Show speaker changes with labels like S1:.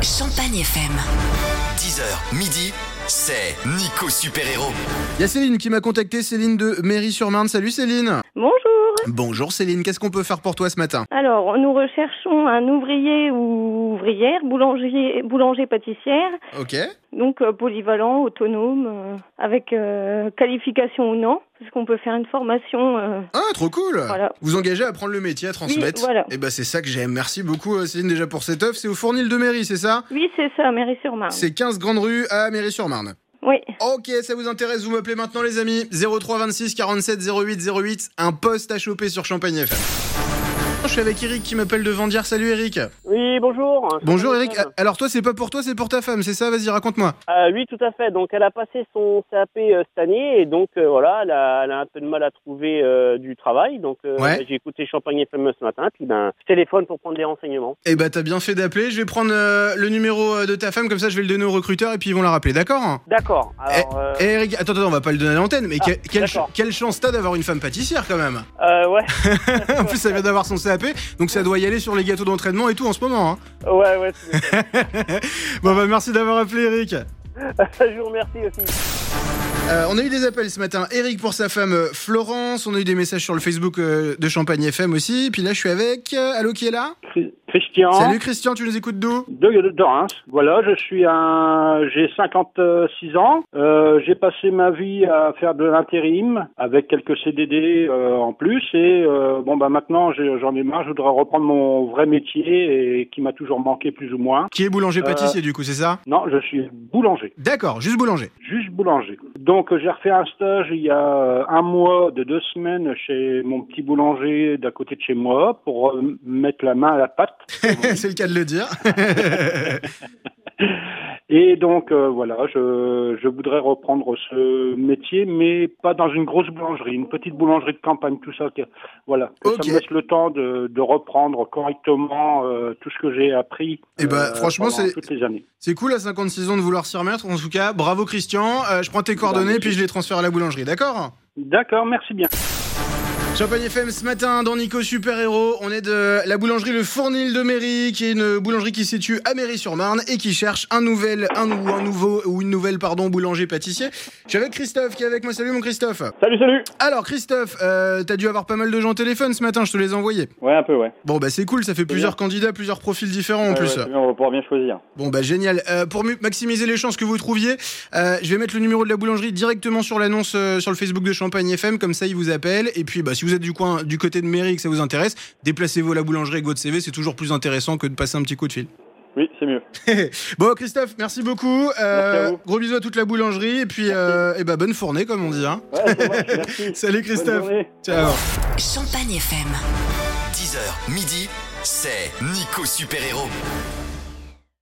S1: Champagne FM.
S2: 10h, midi, c'est Nico Super Héros.
S3: Il y a Céline qui m'a contacté, Céline de Mairie-sur-Marne. Salut Céline
S4: Bonjour.
S3: Bonjour Céline, qu'est-ce qu'on peut faire pour toi ce matin
S4: Alors, nous recherchons un ouvrier ou ouvrière, boulanger, boulanger pâtissière,
S3: Ok.
S4: donc euh, polyvalent, autonome, euh, avec euh, qualification ou non, parce qu'on peut faire une formation. euh,
S3: Ah, trop cool
S4: Voilà.
S3: Vous engagez à apprendre le métier, à transmettre.
S4: voilà.
S3: Et bah c'est ça que j'aime. Merci beaucoup euh, Céline déjà pour cette œuvre. C'est au Fournil de Mairie, c'est ça
S4: Oui, c'est ça, Mairie-sur-Marne.
S3: C'est 15 Grande Rue à Mairie-sur-Marne.
S4: Oui.
S3: Ok, ça vous intéresse, vous m'appelez maintenant les amis. 03 26 47 08 08, un poste à choper sur Champagne FM. Je suis avec Eric qui m'appelle de Vandière. Salut Eric.
S5: Oui, bonjour.
S3: Bonjour Eric. Ah, Alors toi, c'est pas pour toi, c'est pour ta femme, c'est ça Vas-y, raconte-moi.
S5: Euh, oui, tout à fait. Donc, elle a passé son CAP euh, cette année et donc, euh, voilà, elle a, elle a un peu de mal à trouver euh, du travail. Donc, euh,
S3: Ouais.
S5: j'ai écouté Champagne FM ce matin, puis ben, je téléphone pour prendre des renseignements.
S3: Eh bah t'as bien fait d'appeler. Je vais prendre euh, le numéro euh, de ta femme, comme ça je vais le donner au recruteur et puis ils vont la rappeler, d'accord
S5: D'accord. Alors, euh,
S3: Eh Eric, attends, attends, on va pas le donner à l'antenne, mais
S5: Ah,
S3: que- quelle,
S5: d'accord.
S3: ch- quelle chance t'as d'avoir une femme pâtissière quand même
S5: euh, ouais,
S3: En plus, ça vient d'avoir son CAP, donc ça doit y aller sur les gâteaux d'entraînement et tout en ce moment. hein.
S5: ouais, ouais. c'est-
S3: Bon bah merci d'avoir appelé Eric.
S5: je vous remercie aussi.
S3: Euh, on a eu des appels ce matin. Eric pour sa femme euh, Florence. On a eu des messages sur le Facebook euh, de Champagne FM aussi. Puis là, je suis avec. euh, Allô, qui est là
S6: Christian
S3: Salut Christian, tu nous écoutes d'où
S6: de, de Reims. Voilà, je suis un, j'ai 56 ans. Euh, j'ai passé ma vie à faire de l'intérim avec quelques CDD euh, en plus et euh, bon bah maintenant j'ai- j'en ai marre. Je voudrais reprendre mon vrai métier et qui m'a toujours manqué plus ou moins.
S3: Qui est
S5: Euh.
S3: boulanger-pâtissier du coup, c'est ça
S6: Non, je suis boulanger,
S3: D'accord, juste boulanger.
S6: juste boulanger. Donc euh, j'ai refait un stage il y a euh, un mois de deux semaines chez mon petit boulanger d'à côté de chez moi pour euh, mettre la main à la pâte.
S3: c'est le cas de le dire.
S6: Et donc euh, voilà, je, je voudrais reprendre ce métier, mais pas dans une grosse boulangerie, une petite boulangerie de campagne, tout ça. que- Voilà, Que
S3: Ok.
S6: ça me laisse le temps de, de reprendre correctement euh, tout ce que j'ai appris. euh,
S3: Eh ben, franchement,
S6: pendant
S3: c'est-
S6: toutes les années.
S3: c'est cool à 56 ans de vouloir s'y remettre. En tout cas, bravo Christian. Euh, je prends tes coordonnées
S6: merci.
S3: puis je les transfère à la boulangerie, d'accord
S6: D'accord, merci bien.
S3: Champagne FM ce matin dans Nico Super Héros, on est de la boulangerie Le Fournil de Mairie, qui est une boulangerie qui se situe à Mairie-sur-Marne et qui cherche un nouvel, un ou un nouveau ou une nouvelle pardon boulanger pâtissier. Je suis avec Christophe qui est avec moi. Salut mon Christophe.
S5: Salut, salut.
S3: Alors Christophe, euh, t'as dû avoir pas mal de gens au téléphone ce matin, je te les ai envoyés.
S5: Ouais, un peu, ouais.
S3: Bon bah c'est cool, ça fait plusieurs candidats, plusieurs profils différents en plus.
S5: on va pouvoir bien choisir.
S3: Bon bah génial. Euh, pour mu- maximiser les chances que vous trouviez, euh, je vais mettre le numéro de la boulangerie directement sur l'annonce euh, sur le Facebook de Champagne FM, comme ça ils vous appellent. Et puis bah, si vous êtes du coin, du côté de mairie et que ça vous intéresse, déplacez-vous à la boulangerie avec votre CV, c'est toujours plus intéressant que de passer un petit coup de fil.
S5: Oui, c'est mieux.
S3: Bon Christophe, merci beaucoup. Euh,
S5: Merci à vous.
S3: Gros bisous à toute la boulangerie et puis euh, eh bah, bonne fournée comme on dit. hein.
S5: merci.
S3: Salut Christophe. Ciao.
S1: Champagne FM.
S2: 10h, midi, c'est Nico Super Héros.